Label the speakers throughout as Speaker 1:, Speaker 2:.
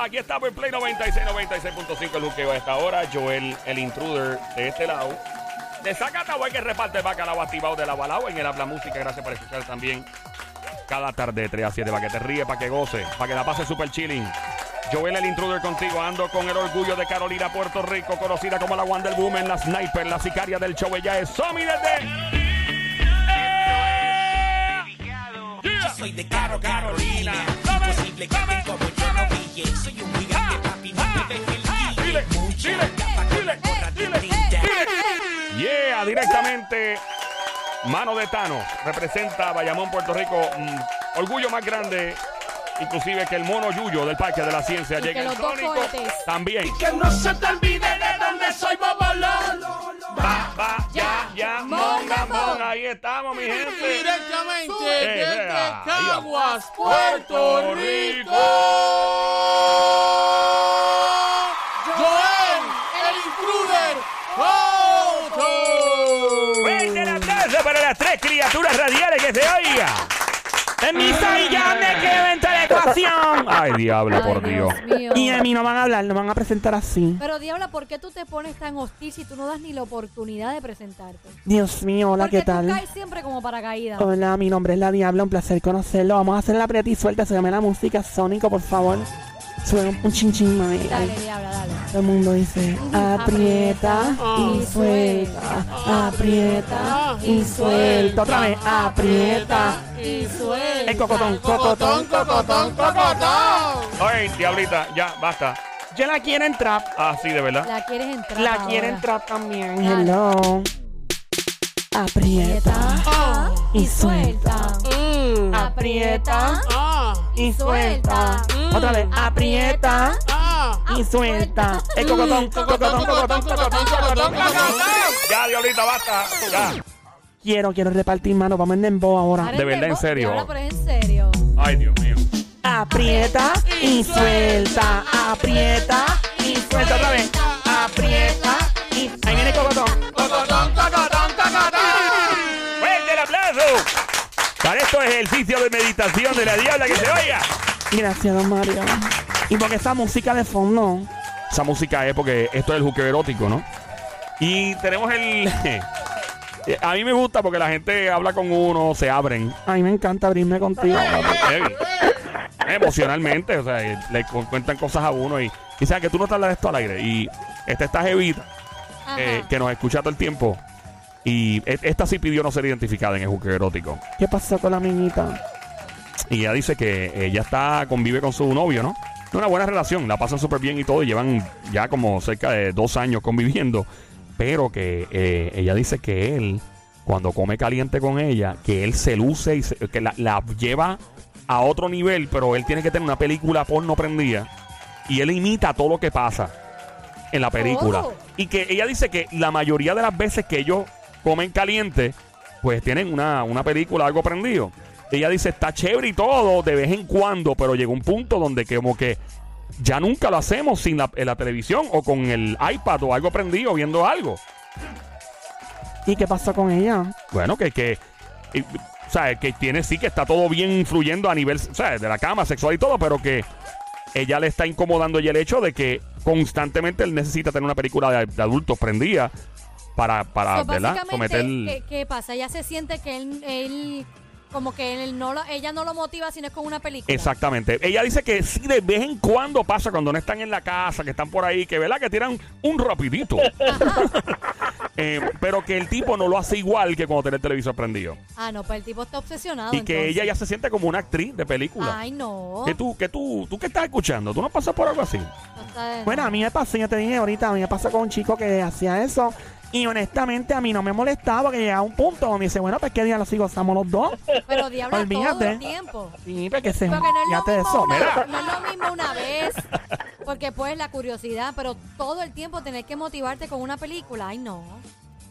Speaker 1: Aquí estamos en Play 96, 96.5 el juqueo a esta hora. Joel, el intruder de este lado. De Zacatagua que reparte el bacalao activado de la balao en el Habla Música. Gracias por escuchar también cada tarde de 3 a 7 para que te ríe, para que goce, para que la pase super chilling. Joel el intruder contigo, ando con el orgullo de Carolina, Puerto Rico, conocida como la Wonder Woman, la sniper, la sicaria del show. Ella es Somi desde...
Speaker 2: Yo soy de Caro Carolina.
Speaker 1: Dame,
Speaker 2: Imposible que
Speaker 1: dame,
Speaker 2: te como yo
Speaker 1: dame.
Speaker 2: no pille. Soy un gigante, papi, no
Speaker 1: ah,
Speaker 2: me dejes
Speaker 1: ah,
Speaker 2: el
Speaker 1: dile,
Speaker 2: dile. Mucha
Speaker 1: dile,
Speaker 2: capa que
Speaker 1: dile,
Speaker 2: me borra de
Speaker 1: dile,
Speaker 2: tinta.
Speaker 1: Yeah, directamente Mano de Thanos representa a Bayamón, Puerto Rico. mm, orgullo más grande, inclusive que el mono Yuyo del Parque de la Ciencia
Speaker 3: Y que
Speaker 1: llega el
Speaker 3: los dos
Speaker 1: tónico
Speaker 3: cohetes.
Speaker 1: también.
Speaker 4: Que no se te olvide de dónde soy Bobolón.
Speaker 1: Va, va, ya, ya, monga, monga. Ahí estamos, mi gente.
Speaker 4: Directamente
Speaker 1: Eh,
Speaker 4: desde
Speaker 1: vea,
Speaker 4: Caguas,
Speaker 1: ahí va.
Speaker 4: Puerto Rico. Joel, el intruder. Otto.
Speaker 1: Fuerte el aplauso para las tres criaturas radiales que se oiga. En misa y ya me quedo entre la ecuación. Ay, diablo,
Speaker 3: Ay,
Speaker 1: por Dios.
Speaker 3: mío.
Speaker 5: Y a mí no van a hablar, no van a presentar así.
Speaker 3: Pero Diabla, ¿por qué tú te pones tan hostil si tú no das ni la oportunidad de presentarte?
Speaker 5: Dios mío, hola,
Speaker 3: Porque
Speaker 5: ¿qué
Speaker 3: tú
Speaker 5: tal?
Speaker 3: caes siempre como paracaídas.
Speaker 5: Hola, mi nombre es La Diabla, un placer conocerlo. Vamos a hacer la aprieta y suelta, se llama la música Sónico, por favor. Sube un, un chin chin, mami.
Speaker 3: Dale, Diabla, dale.
Speaker 5: Todo el mundo dice, aprieta y suelta, aprieta y suelta. Otra vez, aprieta.
Speaker 3: Ah.
Speaker 4: Y suelta.
Speaker 5: El
Speaker 6: Ah.
Speaker 5: cocotón,
Speaker 4: Cocotón,
Speaker 5: cocotón.
Speaker 4: cocotón, cocotón.
Speaker 1: Ay, diablita, ya, basta.
Speaker 5: Yo la quiero en trap,
Speaker 1: Así de verdad.
Speaker 3: La quieres entrar.
Speaker 5: la
Speaker 3: ahora.
Speaker 5: quiero en trap también.
Speaker 3: Dale.
Speaker 5: Hello. Aprieta,
Speaker 3: Aprieta ah, y
Speaker 5: y
Speaker 3: suelta.
Speaker 4: Mm,
Speaker 3: Aprieta
Speaker 4: ah,
Speaker 5: y suelta. Otra vez, aprieta.
Speaker 4: ah.
Speaker 5: y suelta. El cocotón, cocotón, cocotón, cocotón, cocotón, cocotón.
Speaker 1: Ya, diablita, basta. Ya.
Speaker 5: Quiero, quiero repartir mano, vamos en dembow ahora.
Speaker 3: Ahora
Speaker 1: De
Speaker 3: es
Speaker 1: verdad, en
Speaker 3: voz,
Speaker 1: serio.
Speaker 3: Diabla, pero es en serio.
Speaker 1: Ay, Dios mío.
Speaker 5: Aprieta y suelta, aprieta y suelta otra vez. Aprieta y ahí viene el cocotón.
Speaker 4: Cocotón, cocotón, cocotón.
Speaker 1: ¡Fuerte el aplauso! Para estos ejercicios de meditación de la diabla que se oiga.
Speaker 5: Gracias, don Mario. Y porque esa música de fondo,
Speaker 1: Esa música es porque esto es el juqueo erótico, ¿no? Y tenemos el. A mí me gusta porque la gente habla con uno, se abren
Speaker 5: a mí me encanta abrirme contigo.
Speaker 1: heavy. Eh, emocionalmente, o sea, eh, le cu- cuentan cosas a uno y dicen que tú no te hablas de esto al aire. Y esta está jevita
Speaker 3: Ajá.
Speaker 1: eh, que nos escucha todo el tiempo. Y e- esta sí pidió no ser identificada en el juqueo erótico.
Speaker 5: ¿Qué pasó con la amiguita?
Speaker 1: Y ella dice que ella está, convive con su novio, ¿no? Una buena relación, la pasan súper bien y todo, y llevan ya como cerca de dos años conviviendo. Pero que eh, ella dice que él, cuando come caliente con ella, que él se luce y se- que la, la lleva a otro nivel, pero él tiene que tener una película porno prendida. Y él imita todo lo que pasa en la película.
Speaker 3: Todo.
Speaker 1: Y que ella dice que la mayoría de las veces que ellos comen caliente, pues tienen una, una película, algo prendido. Ella dice, está chévere y todo, de vez en cuando, pero llegó un punto donde que como que ya nunca lo hacemos sin la, en la televisión o con el iPad o algo prendido, viendo algo.
Speaker 5: ¿Y qué pasó con ella?
Speaker 1: Bueno, que, que, y- o sea, que tiene sí que está todo bien fluyendo a nivel, o sea, de la cama sexual y todo, pero que ella le está incomodando y el hecho de que constantemente él necesita tener una película de, de adultos prendida para, para
Speaker 3: So,
Speaker 1: ah, ¿verdad?
Speaker 3: básicamente, eh,
Speaker 1: Someter...
Speaker 3: ¿qué, qué pasa? Ella se siente que él, él como que él no lo- ella no lo motiva, sino es con una película.
Speaker 1: Exactamente. Ella dice que sí, de vez en cuando pasa cuando no están en la casa, que están por ahí, que ¿verdad? Que tiran un rapidito. Eh, pero que el tipo no lo hace igual que cuando tiene el televisor prendido.
Speaker 3: Ah, no, pues el tipo está obsesionado.
Speaker 1: y que ella ya se siente como una actriz de película.
Speaker 3: Ay, no.
Speaker 1: Que tú, que tú, tú que estás escuchando, tú no pasas por algo así.
Speaker 3: Oh. No está-
Speaker 5: pues, Bueno, a mí me pasó, yo te dije ahorita, a mí me pasó con un chico que hacía eso. Y honestamente a mí no me molestaba que llegaba un punto donde dice, bueno, pues qué día los hijos estamos los dos.
Speaker 3: Pero diabla todo
Speaker 5: Olvídate.
Speaker 3: el tiempo.
Speaker 5: Sí, porque se
Speaker 3: Porque no es, lo
Speaker 5: fíjate de
Speaker 3: mismo
Speaker 5: eso.
Speaker 3: una,
Speaker 1: mira.
Speaker 3: no es lo mismo una vez, porque pues la curiosidad, pero todo el tiempo tener que motivarte con una película, ay no.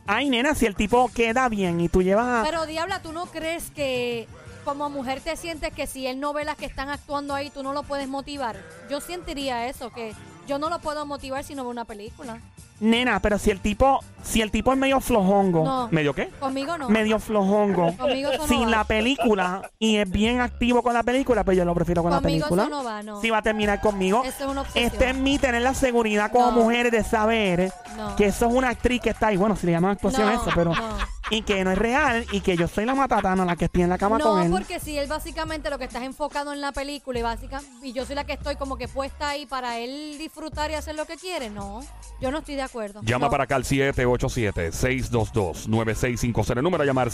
Speaker 5: Ay, nena, si el tipo queda bien y tú llevas...
Speaker 3: Pero Diabla, ¿tú no crees que como mujer te sientes que si él no ve las que están actuando ahí, tú no lo puedes motivar? Yo sentiría eso, que yo no lo puedo motivar si no veo una película.
Speaker 5: Nena, pero si el tipo, si el tipo es medio flojongo.
Speaker 3: No.
Speaker 1: ¿Medio qué?
Speaker 3: Conmigo no.
Speaker 5: Medio flojongo.
Speaker 3: Conmigo eso no
Speaker 5: sin
Speaker 3: va.
Speaker 5: la película y es bien activo con la película, pues yo lo prefiero con la
Speaker 3: Conmigo
Speaker 5: película.
Speaker 3: eso no va, no.
Speaker 5: Si va a terminar conmigo.
Speaker 3: Eso es una obsesión.
Speaker 5: Este es mi tener la seguridad como
Speaker 3: No.
Speaker 5: mujer de saber
Speaker 3: No.
Speaker 5: que eso es una actriz que está ahí. Bueno, si le llaman actuación
Speaker 3: No,
Speaker 5: eso, pero.
Speaker 3: no.
Speaker 5: Y que no es real y que yo soy la matatana, la que estoy en la cama con
Speaker 3: No,
Speaker 5: él.
Speaker 3: porque si él básicamente lo que estás enfocado en la película y básica y yo soy la que estoy como que puesta ahí para él disfrutar y hacer lo que quiere, no, yo no estoy de acuerdo.
Speaker 1: Llama
Speaker 3: No.
Speaker 1: para acá al 787-622-9650. El número a llamar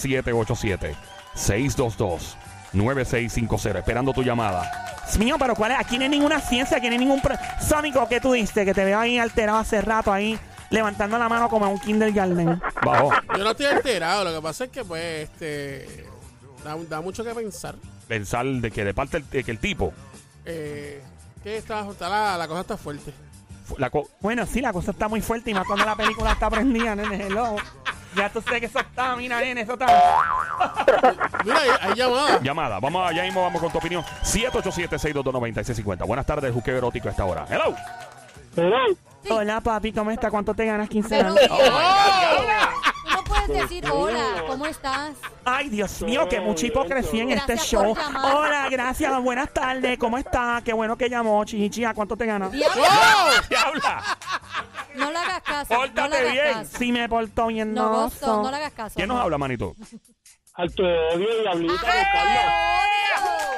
Speaker 1: 787-622-9650. Esperando tu llamada.
Speaker 5: Dios mío, pero ¿cuál es? Aquí no hay ninguna ciencia, aquí no hay ningún... pro- Sónico, ¿qué tú diste? Que te veo ahí alterado hace rato ahí, levantando la mano como en un kindergarten.
Speaker 1: Bajo.
Speaker 6: Yo no estoy enterado, lo que pasa es que, pues, este. Da, da mucho que pensar.
Speaker 1: Pensar de que de parte el- de que el tipo.
Speaker 6: Eh, que está, está la, la cosa está fuerte.
Speaker 1: fu- La co-
Speaker 5: Bueno, sí, la cosa está muy fuerte y más cuando la película está prendida, nene, hello. Ya tú sabes que eso está, mira, nene, eso está...
Speaker 6: Mira, hay, hay llamada.
Speaker 1: llamada. Vamos allá mismo, vamos con tu opinión. 787-622-9650. Buenas tardes, Juque Erótico a esta hora. Hello.
Speaker 5: Hola, papi, ¿cómo estás? ¿Cuánto te ganas? 15
Speaker 3: Pero
Speaker 5: años.
Speaker 1: Oh
Speaker 3: mira, tú no puedes decir hola, ¿cómo estás?
Speaker 5: Ay, Dios mío, qué mucha hipocresía en este
Speaker 3: Gracias
Speaker 5: show.
Speaker 3: por llamar.
Speaker 5: Hola, gracias, buenas tardes, ¿cómo estás? Qué bueno que llamó, chichi, ¿a cuánto te ganas?
Speaker 3: Diablo,
Speaker 6: ¡Oh!
Speaker 1: ¡Diabla!
Speaker 3: no le hagas caso, no le
Speaker 1: Pórtate
Speaker 3: hagas
Speaker 1: bien.
Speaker 3: caso.
Speaker 5: Si me portó bien,
Speaker 3: No,
Speaker 5: no.
Speaker 3: Boston, no le hagas caso.
Speaker 1: ¿Quién
Speaker 3: no.
Speaker 1: nos habla, manito?
Speaker 7: Alto de odio, diablita, buscarla.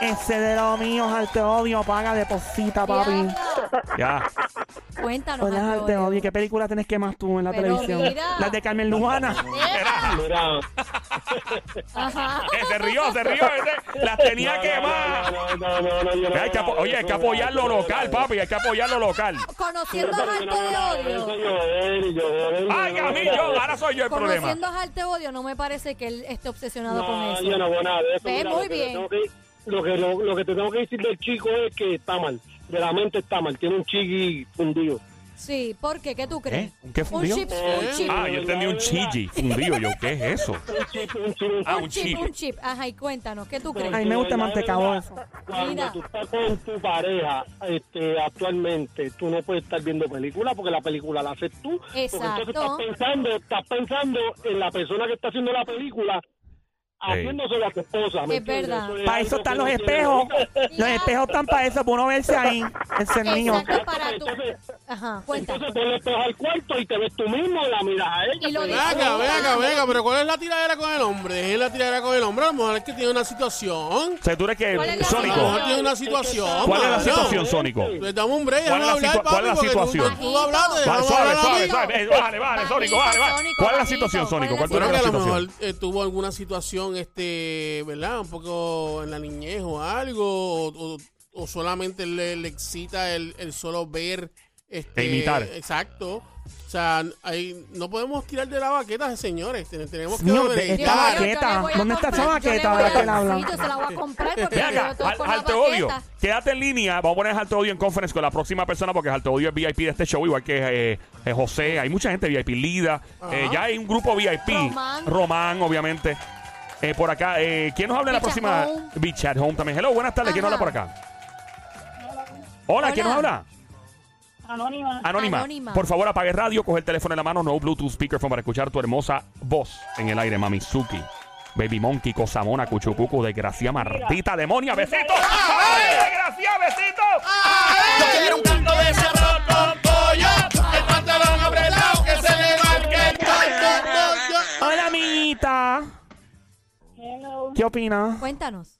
Speaker 5: Ese de los míos, al te odio, paga de posita, papi.
Speaker 3: Diablo.
Speaker 1: Ya.
Speaker 3: Cuéntanos.
Speaker 5: Hola,
Speaker 3: Alfredo.
Speaker 5: te odio. ¿Qué película tienes que más tú en la
Speaker 3: Pero
Speaker 5: televisión?
Speaker 3: mira.
Speaker 5: Las de Carmen Lujana.
Speaker 3: Eva.
Speaker 7: Mira.
Speaker 3: Ajá.
Speaker 1: Eh, se rió, se rió. este. Las tenía que más.
Speaker 7: No, no, no, no, yo no.
Speaker 1: Hay que apo- Oye, hay que apoyar lo local, papi. Hay que apoyar lo local.
Speaker 3: Conociendo a Arte de
Speaker 7: Eso
Speaker 3: Odio.
Speaker 7: yo, él, yo, él.
Speaker 1: Ay, a mí, yo, ahora soy yo el problema.
Speaker 3: Conociendo a Arte de Odio, no me parece que él esté obsesionado con
Speaker 7: No,
Speaker 3: eso.
Speaker 7: yo no hago nada de eso.
Speaker 3: Ve
Speaker 7: Mira,
Speaker 3: muy
Speaker 7: lo que
Speaker 3: bien.
Speaker 7: te tengo que- Lo que, lo, lo que te tengo que decir del chico es que está mal. De la mente está mal. Tiene un chiqui fundido.
Speaker 3: Sí, ¿por qué? ¿Qué tú crees?
Speaker 1: ¿Eh? ¿Un qué fundido?
Speaker 3: Un chip,
Speaker 6: Eh.
Speaker 3: un chip.
Speaker 1: Ah, yo entendí un chichi fundido. Yo, ¿qué es eso?
Speaker 7: Un chip, un chip, un
Speaker 1: Ah,
Speaker 7: chip.
Speaker 1: un
Speaker 3: un chip,
Speaker 1: chip.
Speaker 3: un chip. Ajá, y cuéntanos, ¿qué tú crees?
Speaker 5: Ay, me gusta el mantecado eso.
Speaker 7: Cuando
Speaker 3: Mira.
Speaker 7: tú estás con tu pareja este, actualmente, tú no puedes estar viendo películas porque la película la haces tú. Porque
Speaker 3: Exacto.
Speaker 7: entonces estás pensando, estás pensando en la persona que está haciendo la película haciéndoselo a tu esposa. ¿me
Speaker 3: Es
Speaker 7: entiendes?
Speaker 3: verdad.
Speaker 7: es
Speaker 5: Para
Speaker 7: algo
Speaker 5: eso están
Speaker 7: que
Speaker 5: los
Speaker 7: no tiene
Speaker 5: espejos.
Speaker 7: lógica.
Speaker 5: Los espejos están para eso, para uno verse ahí. Ese es mío.
Speaker 3: Exacto, para tú.
Speaker 7: Entonces-
Speaker 3: Ajá,
Speaker 7: Entonces
Speaker 3: cuéntanos.
Speaker 7: pon los espejos al cuarto y te ves tú mismo y la miras a ella.
Speaker 3: Y lo
Speaker 7: pues.
Speaker 6: Venga, acá, ven acá, ven acá, pero ¿cuál es la tiradera con el hombre? Dejen la tiradera con el hombre, a lo mejor es que tiene una situación.
Speaker 1: O sea, tú eres
Speaker 3: ¿Cuál es
Speaker 1: que
Speaker 3: la
Speaker 6: A lo
Speaker 1: Sónico.
Speaker 6: mejor tiene una situación.
Speaker 1: ¿Cuál es la
Speaker 6: mano.
Speaker 1: situación, Sónico?
Speaker 6: Pues dame un break,
Speaker 1: ¿Cuál es
Speaker 6: déjame
Speaker 1: la
Speaker 6: hablar,
Speaker 1: situa-
Speaker 6: papi,
Speaker 1: cuál es la
Speaker 6: porque tú-
Speaker 1: situación?
Speaker 6: Tú, hablaste, déjame
Speaker 1: Suave, suave,
Speaker 6: hablar a
Speaker 1: suave,
Speaker 6: mí.
Speaker 1: suave. Eh, Vale, vale,
Speaker 3: Bajito,
Speaker 1: Sónico, vale, vale.
Speaker 3: Sónico,
Speaker 1: ¿Cuál es la
Speaker 3: bajito.
Speaker 1: situación, Sónico? ¿Cuál
Speaker 6: Bueno,
Speaker 1: es
Speaker 6: que
Speaker 1: la
Speaker 6: a lo mejor
Speaker 1: situación?
Speaker 6: eh, tuvo alguna situación, este, ¿verdad? Un poco en la niñez o algo, o, o- o solamente le, le excita el, el solo ver. Este,
Speaker 1: E imitar.
Speaker 6: Exacto. O sea, n- ahí no podemos tirar de la baqueta, señores. ten- Tenemos que
Speaker 5: Mío,
Speaker 6: volver.
Speaker 5: de-
Speaker 3: Yo- yo-
Speaker 5: esta
Speaker 3: yo
Speaker 5: baqueta.
Speaker 3: le voy a
Speaker 5: ¿Dónde está esa
Speaker 3: comprar- yo le
Speaker 5: baqueta?
Speaker 3: voy a-
Speaker 5: Ahora que la hablan.
Speaker 3: Sí, yo se la voy a comprar porque
Speaker 1: Ven acá,
Speaker 3: yo estoy
Speaker 1: al-
Speaker 3: con la
Speaker 1: Alto Odio.
Speaker 3: baqueta.
Speaker 1: Quédate en línea. Vamos a poner Alto Odio en conference con la próxima persona porque Alto Odio es VIP de este show, igual que eh, eh, José. Hay mucha gente VIP, Lida. Eh, ya hay un grupo VIP.
Speaker 3: Román.
Speaker 1: Román, obviamente. Eh, por acá, eh, ¿quién nos habla en la
Speaker 3: Bitch at
Speaker 1: próxima?
Speaker 3: Home.
Speaker 1: Bitch at Home también. Hello, buenas tardes. ¿Quién
Speaker 3: Ajá.
Speaker 1: habla por acá? Hola, ¿quién nos
Speaker 3: Hola.
Speaker 1: habla? Anónima.
Speaker 3: Anónima.
Speaker 1: Por favor, apague radio, coge el teléfono en la mano, no Bluetooth speakerphone para escuchar tu hermosa voz en el aire, Mamizuki. Baby Monkey, Cosamona, Cuchucucu, Desgracia, Martita, Demonia, Besito. ¡Ay, Desgracia, Besito!
Speaker 4: Yo quiero un canto de cerro con pollo, el pantalón apretado que se le marque el caldo.
Speaker 5: Hola, amiguita.
Speaker 8: Hello.
Speaker 5: ¿Qué opinas?
Speaker 3: Cuéntanos.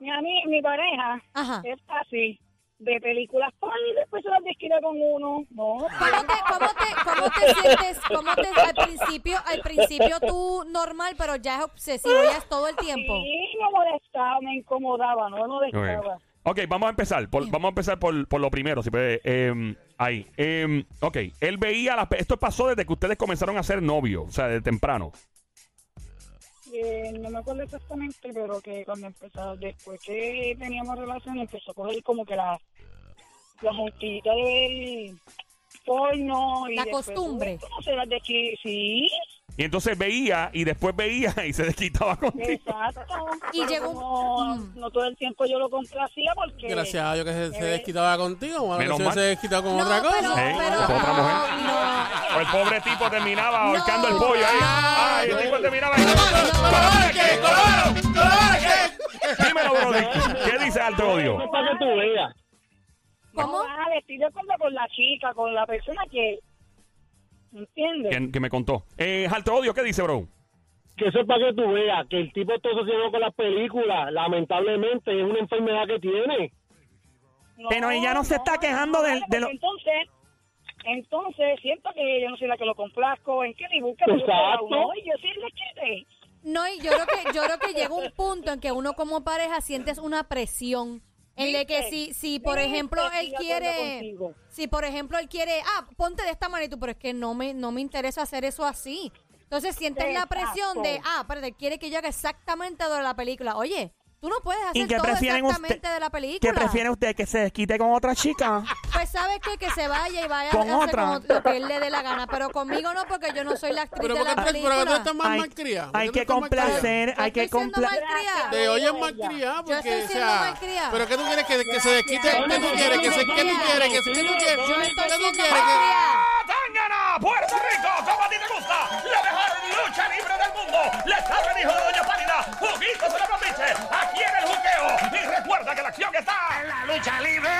Speaker 8: Mi, ami- mi pareja
Speaker 3: Ajá.
Speaker 8: es así, de películas con y después se las desquita con uno. No,
Speaker 3: ¿Cómo te, cómo te, cómo te sientes? ¿Cómo te, al principio, al principio tú normal, pero ya es obsesivo, ya es todo el tiempo.
Speaker 8: sí, me molestaba, me incomodaba, no me molestaba.
Speaker 1: Ok. Ok, vamos a empezar. Por, vamos a empezar por, por lo primero, si puede. Em, ahí. Em, ok, él veía las. pe- Esto pasó desde que ustedes comenzaron a ser novios, o sea, de temprano.
Speaker 8: Eh, no me acuerdo exactamente, pero que cuando empezaba, después que teníamos relación, empezó a coger como que la, la juntita del porno. Y
Speaker 3: La
Speaker 8: después,
Speaker 3: costumbre.
Speaker 8: ¿Cómo se las desquita? Sí,
Speaker 1: Y entonces veía y después veía y se desquitaba contigo.
Speaker 8: Exacto.
Speaker 3: Y
Speaker 8: Pero
Speaker 3: llegó-
Speaker 8: No,
Speaker 3: Mm.
Speaker 8: no todo el tiempo yo lo complacía porque.
Speaker 6: Gracias a Dios que se, se
Speaker 8: Eh.
Speaker 6: desquitaba contigo. Malo
Speaker 1: Menos
Speaker 6: que se
Speaker 1: mal.
Speaker 6: hubiese desquitado con
Speaker 3: No,
Speaker 6: otra cosa.
Speaker 3: pero-
Speaker 1: ¿Eh?
Speaker 3: pero-
Speaker 1: Con otra mujer.
Speaker 3: no.
Speaker 1: O el pobre tipo terminaba
Speaker 3: No.
Speaker 1: ahorcando el pollo ahí. Ay, el tipo terminaba ahí. Dímelo, Brody. ¿Qué dice Alto Odio?
Speaker 7: Es para que tú veas.
Speaker 3: ¿Cómo?
Speaker 8: No, vale, estoy de acuerdo con la chica, con la persona que. ¿Entiendes?
Speaker 1: Que, que me contó. Eh, Alto Odio, ¿qué dice, bro?
Speaker 7: Que eso es para que tú veas. Que el tipo todo se llevó con las películas. Lamentablemente es una enfermedad que tiene.
Speaker 5: Pero ella no se está quejando del-
Speaker 8: vale,
Speaker 5: de lo-
Speaker 8: porque Entonces, entonces, siento que yo no soy la que lo complazco. ¿En qué dibujo?
Speaker 7: Exacto.
Speaker 8: No, y yo soy la chiste.
Speaker 3: No, y yo creo que, yo creo que llega un punto en que uno como pareja sientes una presión. En la que si, si por
Speaker 8: ¿Viste?
Speaker 3: ejemplo él
Speaker 8: Estoy de acuerdo
Speaker 3: quiere,
Speaker 8: contigo.
Speaker 3: si por ejemplo él quiere, ah, ponte de esta manera y tú, pero es que no me, no me interesa hacer eso así. Entonces sientes la presión de,
Speaker 8: Exacto.
Speaker 3: ah, espérate, él quiere que yo haga exactamente de la película. Oye, tú no puedes
Speaker 5: ¿Y
Speaker 3: hacer
Speaker 5: qué
Speaker 3: todo
Speaker 5: prefieren
Speaker 3: exactamente
Speaker 5: usted?
Speaker 3: de la película.
Speaker 5: ¿Qué prefiere usted? ¿Que se desquite con otra chica?
Speaker 3: Pues sabes qué? que se vaya y vaya
Speaker 5: Con
Speaker 3: a hacer
Speaker 5: otra.
Speaker 3: como lo que él le dé la gana, pero conmigo no porque yo no soy la actriz
Speaker 6: Pero
Speaker 3: de
Speaker 6: ¿por qué
Speaker 3: la
Speaker 6: tú- pero ¿por qué tú estás
Speaker 3: película.
Speaker 6: más
Speaker 5: Hay-
Speaker 6: malcriada? ¿Por qué
Speaker 5: Hay
Speaker 6: tú
Speaker 5: que
Speaker 6: estás malcriada?
Speaker 5: complacer,
Speaker 3: Yo
Speaker 5: hay que
Speaker 3: estoy siendo
Speaker 5: complacer.
Speaker 3: malcriada.
Speaker 6: Te oyes
Speaker 8: Ella.
Speaker 6: malcriada
Speaker 3: Yo estoy
Speaker 6: porque, o
Speaker 3: siendo
Speaker 6: sea,
Speaker 3: malcriada.
Speaker 6: pero ¿qué tú quieres que, que se desquite? ¿Qué tú quieres? ¿Qué se- qué tú quieres? ¿Qué se- qué tú quieres?
Speaker 3: Yo estoy
Speaker 6: ¿Qué tú
Speaker 3: siendo
Speaker 6: quieres? ¿Qué-
Speaker 3: malcriada.
Speaker 1: ¡Tangana! ¡Puerto Rico! ¡Como a ti te gusta! ¡La mejor lucha libre del mundo! ¡Le sabe el hijo de Doña Pálida! ¡Juguito se lo promete! ¡Aquí en el juqueo! ¡Y recuerda que la acción está en la lucha libre!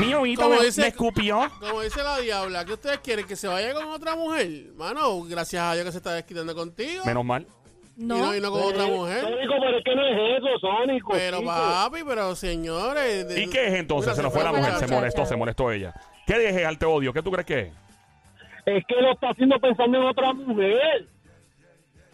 Speaker 5: Mío, Vito,
Speaker 6: Como
Speaker 5: me,
Speaker 6: dice-
Speaker 5: me escupió.
Speaker 6: Como dice la diabla, ¿qué ustedes quieren? ¿Que se vaya con otra mujer? Mano, gracias a Dios que se está desquitando contigo.
Speaker 1: Menos mal.
Speaker 6: Y
Speaker 3: No,
Speaker 6: no, y no con otra mujer.
Speaker 7: Sónico, pero es que no es eso, Sónico.
Speaker 6: Pero
Speaker 7: chico.
Speaker 6: papi, pero señores. de-
Speaker 1: ¿Y qué es entonces?
Speaker 6: Mira,
Speaker 1: Se nos fue la mujer, se
Speaker 3: muchacha.
Speaker 1: molestó, se molestó ella. ¿Qué dije al te odio? ¿Qué tú crees que es?
Speaker 7: Es que lo está haciendo pensando en otra mujer.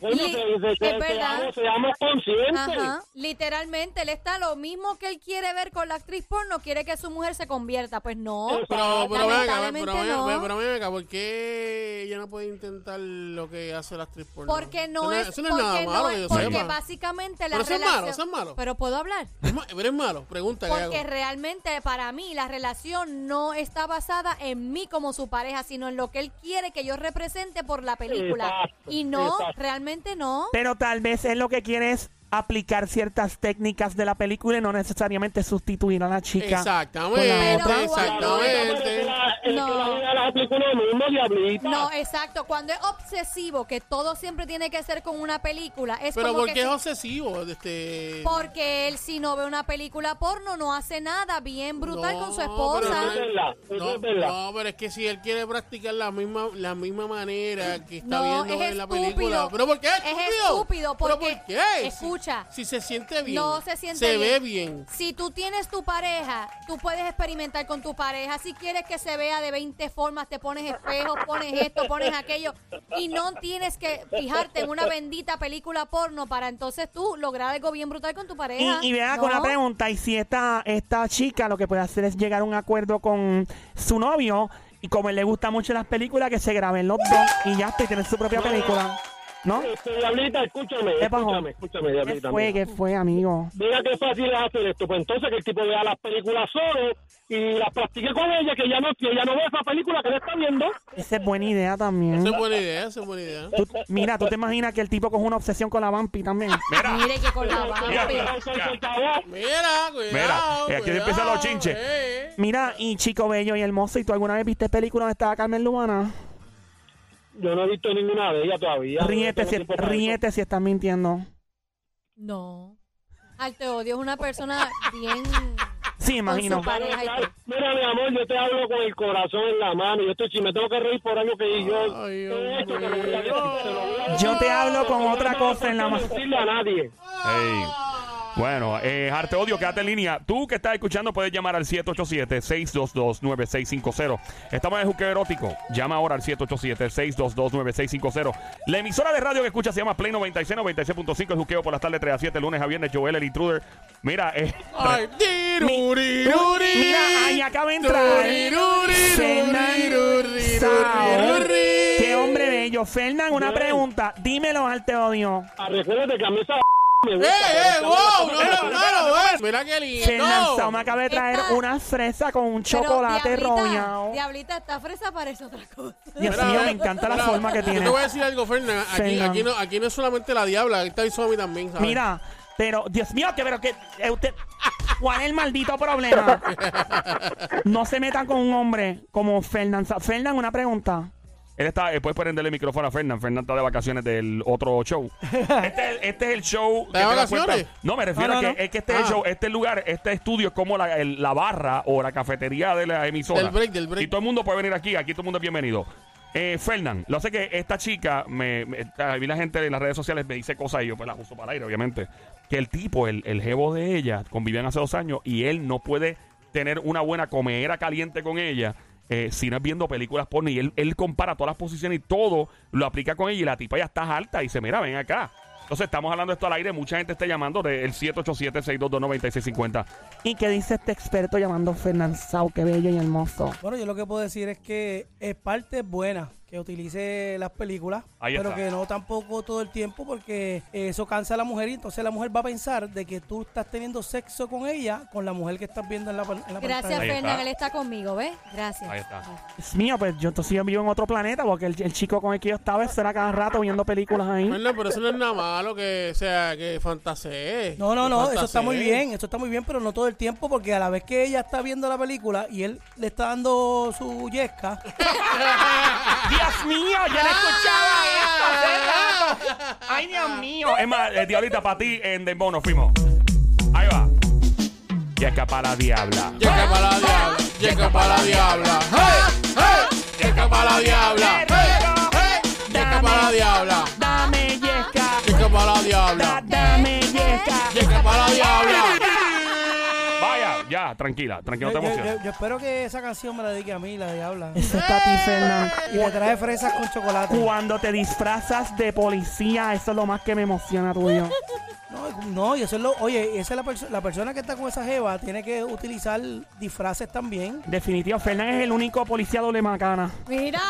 Speaker 7: Bueno,
Speaker 3: Li-
Speaker 7: se, se,
Speaker 3: es
Speaker 7: se-
Speaker 3: verdad.
Speaker 7: seamos- seamos conscientes.
Speaker 3: ajá. Literalmente, él está lo mismo que él quiere ver con la actriz porno, quiere que su mujer se convierta. Pues no.
Speaker 6: Pero, pero ven acá, ven-
Speaker 3: lamentablemente
Speaker 6: pero, ven-
Speaker 3: no.
Speaker 6: ven- pero ven acá, ¿por qué ella no puede intentar lo que hace la actriz porno?
Speaker 3: porque no
Speaker 6: Eso
Speaker 3: es,
Speaker 6: eso
Speaker 3: porque no
Speaker 6: que
Speaker 3: es,
Speaker 6: yo
Speaker 3: porque
Speaker 6: sepa.
Speaker 3: básicamente la
Speaker 6: Pero eso es
Speaker 3: relación.
Speaker 6: malo, eso es malo.
Speaker 3: Pero puedo hablar.
Speaker 6: Es ma- Pero es malo, pregunta que
Speaker 3: Porque
Speaker 6: hago.
Speaker 3: realmente para mí la relación no está basada en mí como su pareja, sino en lo que él quiere que yo represente por la película.
Speaker 7: Exacto,
Speaker 3: y no,
Speaker 7: exacto.
Speaker 3: realmente no.
Speaker 5: Pero tal vez él lo que quiere es aplicar ciertas técnicas de la película y no necesariamente sustituir a la chica. con la
Speaker 6: Exactamente,
Speaker 5: otra.
Speaker 3: Pero-
Speaker 6: exactamente.
Speaker 7: No. Que la
Speaker 3: No.
Speaker 7: vida la aplica uno mismo, diablita.
Speaker 3: No, exacto. Cuando es obsesivo, que todo siempre tiene que ser con una película, es
Speaker 6: Pero
Speaker 3: como
Speaker 6: ¿por qué
Speaker 3: que
Speaker 6: es
Speaker 3: si-
Speaker 6: obsesivo? Este...
Speaker 3: porque él si no ve una película porno no hace nada bien brutal con su
Speaker 6: pero
Speaker 3: esposa.
Speaker 6: no-
Speaker 7: verdad, eso
Speaker 6: no,
Speaker 7: es verdad.
Speaker 6: no, pero es que si él quiere practicar la misma, la misma manera que está
Speaker 3: No,
Speaker 6: viendo
Speaker 3: es
Speaker 6: en la
Speaker 3: estúpido.
Speaker 6: película. ¿Pero por qué es
Speaker 3: Es
Speaker 6: estúpido?
Speaker 3: estúpido,
Speaker 6: ¿Pero
Speaker 3: porque-
Speaker 6: por qué?
Speaker 3: escucha,
Speaker 6: Si, si se siente bien.
Speaker 3: No se siente
Speaker 6: Se
Speaker 3: bien.
Speaker 6: ve bien.
Speaker 3: Si tú tienes tu pareja, tú puedes experimentar con tu pareja. Si quieres que se vea de 20 formas, te pones espejos, pones esto, pones aquello. Y no tienes que fijarte en una bendita película porno para entonces tú lograr algo bien brutal con tu
Speaker 5: Y,
Speaker 3: pareja.
Speaker 5: y vea
Speaker 3: No.
Speaker 5: con la pregunta, y si esta, esta chica lo que puede hacer es llegar a un acuerdo con su novio, y como él le gusta mucho las películas, que se graben los dos y ya está, y tener su propia película. ¿No?
Speaker 7: Este, diablita, escúchame,
Speaker 5: ¿Qué pasó?
Speaker 7: escúchame, escúchame,
Speaker 5: ¿Qué
Speaker 7: diablita.
Speaker 5: fue?
Speaker 7: mira.
Speaker 5: ¿Qué fue, amigo?
Speaker 7: Mira qué fácil es hacer esto. Pues entonces que el tipo vea las películas solo y las practique con ella, que ya no, que ella no ve esa película que le está viendo.
Speaker 5: Esa es buena idea
Speaker 6: Esa
Speaker 5: también.
Speaker 6: es buena idea, esa es buena idea.
Speaker 5: Tú- mira, tú te imaginas que el tipo coge una obsesión con la vampi también.
Speaker 1: Mira,
Speaker 3: Mire que con la
Speaker 1: Mira,
Speaker 3: vampi.
Speaker 1: mira.
Speaker 6: Mira, cuidado.
Speaker 1: eh, aquí
Speaker 6: cuidado,
Speaker 1: empiezan los chinches.
Speaker 6: eh.
Speaker 5: Mira, y chico bello y hermoso, ¿y tú alguna vez viste película donde estaba Carmen Lubana?
Speaker 7: Yo no he visto ninguna de ellas todavía.
Speaker 5: Ríete
Speaker 7: No
Speaker 5: si,
Speaker 7: tengo tiempo para
Speaker 5: ríete si estás mintiendo.
Speaker 3: No. Alte odio es una persona bien
Speaker 5: Sí, imagino.
Speaker 3: con su pareja y
Speaker 7: eso.
Speaker 3: todo.
Speaker 7: Mira, mi amor, yo te hablo con el corazón en la mano. Yo estoy, si me tengo que reír por algo que yo
Speaker 6: Ay,
Speaker 7: he hecho, te lo voy a
Speaker 6: hombre.
Speaker 7: decir, te lo voy a decir.
Speaker 5: Yo te hablo con otra cosa en la
Speaker 7: No
Speaker 5: mano.
Speaker 7: decirle a nadie.
Speaker 1: Ey. Bueno, eh, Arte Odio, quédate en línea. Tú que estás escuchando puedes llamar al 787-622-9650. Estamos en el Juqueo Erótico. Llama ahora al 787-622-9650. La emisora de radio que escucha se llama Play 96, 96.5. El Juqueo por las tardes 3 a 7, lunes a viernes. Joel, el intruder. Mira, eh,
Speaker 6: Ay, tiruriruri.
Speaker 5: Mira, ahí acaba de entrar.
Speaker 6: Tiruriruri,
Speaker 5: Fernan
Speaker 6: tiruriruri,
Speaker 5: Sao.
Speaker 6: tiruriruri.
Speaker 5: Qué hombre bello. Fernan, una pregunta. Dímelo al te odio.
Speaker 7: Ah, Recuérdate que a mí esa me
Speaker 6: ¡Eh,
Speaker 7: gusta.
Speaker 6: eh,
Speaker 7: pero
Speaker 6: wow!
Speaker 7: esta-
Speaker 6: ¡No, no, no, no! eh. ¡Mira qué
Speaker 5: Se lanzó,
Speaker 6: lindo!
Speaker 5: me acaba de traer
Speaker 3: Esta-
Speaker 5: una fresa con un
Speaker 3: Pero
Speaker 5: chocolate
Speaker 3: Diablita,
Speaker 5: roñado.
Speaker 3: Diablita, esta fresa parece otra cosa.
Speaker 5: Dios
Speaker 6: Mira,
Speaker 5: mío,
Speaker 6: eh,
Speaker 5: me encanta la
Speaker 6: mira,
Speaker 5: forma que
Speaker 6: Yo
Speaker 5: tiene.
Speaker 6: te voy a decir algo, Fernan. Aquí,
Speaker 5: Fernan.
Speaker 6: aquí, no, aquí no es solamente la diabla, aquí está Isomi también, ¿sabes?
Speaker 5: Mira, pero Dios mío, que pero que eh, usted ¿Cuál es el maldito problema? No se metan con un hombre como Fernan. Sa- Fernan, una pregunta.
Speaker 1: Él está, eh, puedes prenderle el micrófono a Fernán. Fernán está de vacaciones del otro show. Este es, el- este es el show.
Speaker 6: ¿Está de
Speaker 1: que te das
Speaker 6: vacaciones?
Speaker 1: cuenta- No, me refiero
Speaker 5: No,
Speaker 1: a
Speaker 5: no,
Speaker 1: que,
Speaker 5: no.
Speaker 1: Es que este
Speaker 6: Ah.
Speaker 1: show, este lugar, este estudio es como la, el- la barra o la cafetería de la emisora.
Speaker 6: Del break, del break.
Speaker 1: Y todo el mundo puede venir aquí, aquí todo el mundo es bienvenido. Eh, Fernán, lo sé que esta chica, me, me- a mí la gente en las redes sociales me dice cosas y yo pues las uso para el aire, obviamente. Que el tipo, el, el jevo de ella, convivían hace dos años y él no puede tener una buena comedera caliente con ella eh, si no es viendo películas porno. Y él, él compara todas las posiciones y todo lo aplica con ella y la tipa ya está alta y dice, mira, ven acá. Entonces estamos hablando de esto al aire, mucha gente está llamando del 787-622-9650.
Speaker 5: ¿Y qué dice este experto llamando Fernan Sau? Qué bello y hermoso.
Speaker 8: Bueno, yo lo que puedo decir es que es parte buena que utilice las películas,
Speaker 1: Ahí
Speaker 8: pero
Speaker 1: está.
Speaker 8: que no tampoco todo el tiempo porque eso cansa a la mujer y entonces la mujer va a pensar de que tú estás teniendo sexo con ella, con la mujer que estás viendo en la, pan- en la
Speaker 3: Gracias,
Speaker 1: Ahí
Speaker 8: pantalla.
Speaker 1: está.
Speaker 3: Fernan, él está conmigo, ¿ves? Gracias.
Speaker 1: Ahí está.
Speaker 5: Dios mío, pues yo entonces yo vivo en otro planeta porque el, el chico con el que yo estaba eso era cada rato viendo películas ahí.
Speaker 6: Fernan, pero eso no es nada malo que o sea que fantasee.
Speaker 8: No, no, no,
Speaker 6: Que
Speaker 8: eso está muy
Speaker 6: fantasee.
Speaker 8: bien, eso está muy bien, pero no todo el tiempo porque a la vez que ella está viendo la película y él le está dando su yesca,
Speaker 5: Dios mío, yo no escuchaba esto. hace rato. Ay, Dios mío.
Speaker 1: Es más, eh, Diablita, para ti en Dembow nos fuimos. Ahí va. Y acá para la diabla.
Speaker 6: Llega para la diabla, llega para la diabla. ¡Hey! ¡Hey! Llega para la diabla. ¡Hey! ¡Hey! Llega para la diabla.
Speaker 5: Dame yesca,
Speaker 6: Llega para la
Speaker 5: da-
Speaker 6: diabla.
Speaker 5: dame yesca.
Speaker 6: Llega para la diabla.
Speaker 1: Vaya, ya, tranquila, tranquila, no
Speaker 8: yo,
Speaker 1: te
Speaker 8: yo-
Speaker 1: emociones.
Speaker 8: yo- yo espero que esa canción me la dedique a mí, la diabla.
Speaker 5: Eso está a ti, Fernan.
Speaker 8: Y le trae fresas con chocolate.
Speaker 5: Cuando te disfrazas de policía, eso es lo más que me emociona tuyo.
Speaker 8: No, no, y eso es lo. Oye, esa es la, perso- la persona que está con esa jeva tiene que utilizar disfraces también.
Speaker 5: Definitivo, Fernan es el único policía doble macana.
Speaker 3: Mira,